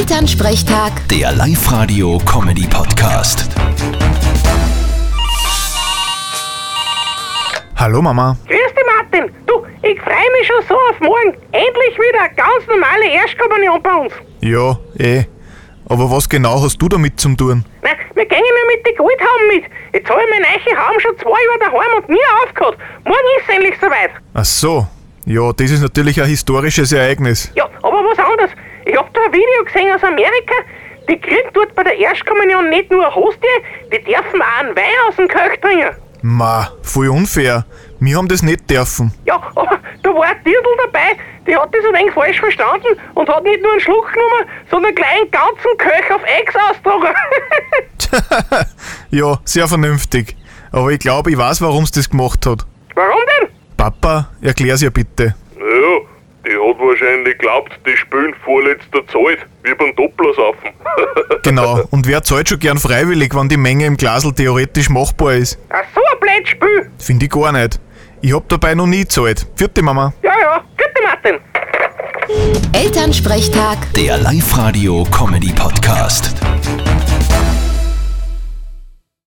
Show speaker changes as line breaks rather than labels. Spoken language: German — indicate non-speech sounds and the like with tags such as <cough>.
Elternsprechtag,
Der Live-Radio-Comedy-Podcast.
Hallo Mama.
Grüß dich, Martin. Du, ich freue mich schon so auf morgen. Endlich wieder eine ganz normale Erstkommunion bei uns.
Ja, eh. Aber was genau hast du damit zum tun?
Na, wir gehen ja mit den Goldhauben mit. Jetzt habe ich meinen neuen Haum schon zwei Jahre daheim und nie aufgehört. Morgen ist es endlich soweit.
Ach so. Ja, das ist natürlich ein historisches Ereignis.
Ja, aber was anderes. Ich hab da ein Video gesehen aus Amerika. Die kriegen dort bei der Erstkommunion nicht nur eine Hostie, die dürfen auch einen Wein aus dem Köch bringen.
Ma, voll unfair. Wir haben das nicht dürfen.
Ja, aber da war ein Dirndl dabei, die hat das ein wenig falsch verstanden und hat nicht nur einen Schluck genommen, sondern gleich einen ganzen Köch auf Ex <laughs> ausgetragen.
Ja, sehr vernünftig. Aber ich glaube, ich weiß, warum es das gemacht hat.
Warum denn?
Papa, erklär's ihr bitte.
Naja, die hat wahrscheinlich geglaubt, die spielen vorletzter Zeit, wie beim Dopplersaufen.
Genau. Und wer zahlt schon gern freiwillig, wenn die Menge im Glasl theoretisch machbar ist?
Ach, so ein blödes Spiel.
Finde ich gar nicht. Ich hab dabei noch nie gezahlt. Vierte Mama.
Ja, ja. Gute Martin.
Elternsprechtag.
Der Live-Radio-Comedy-Podcast.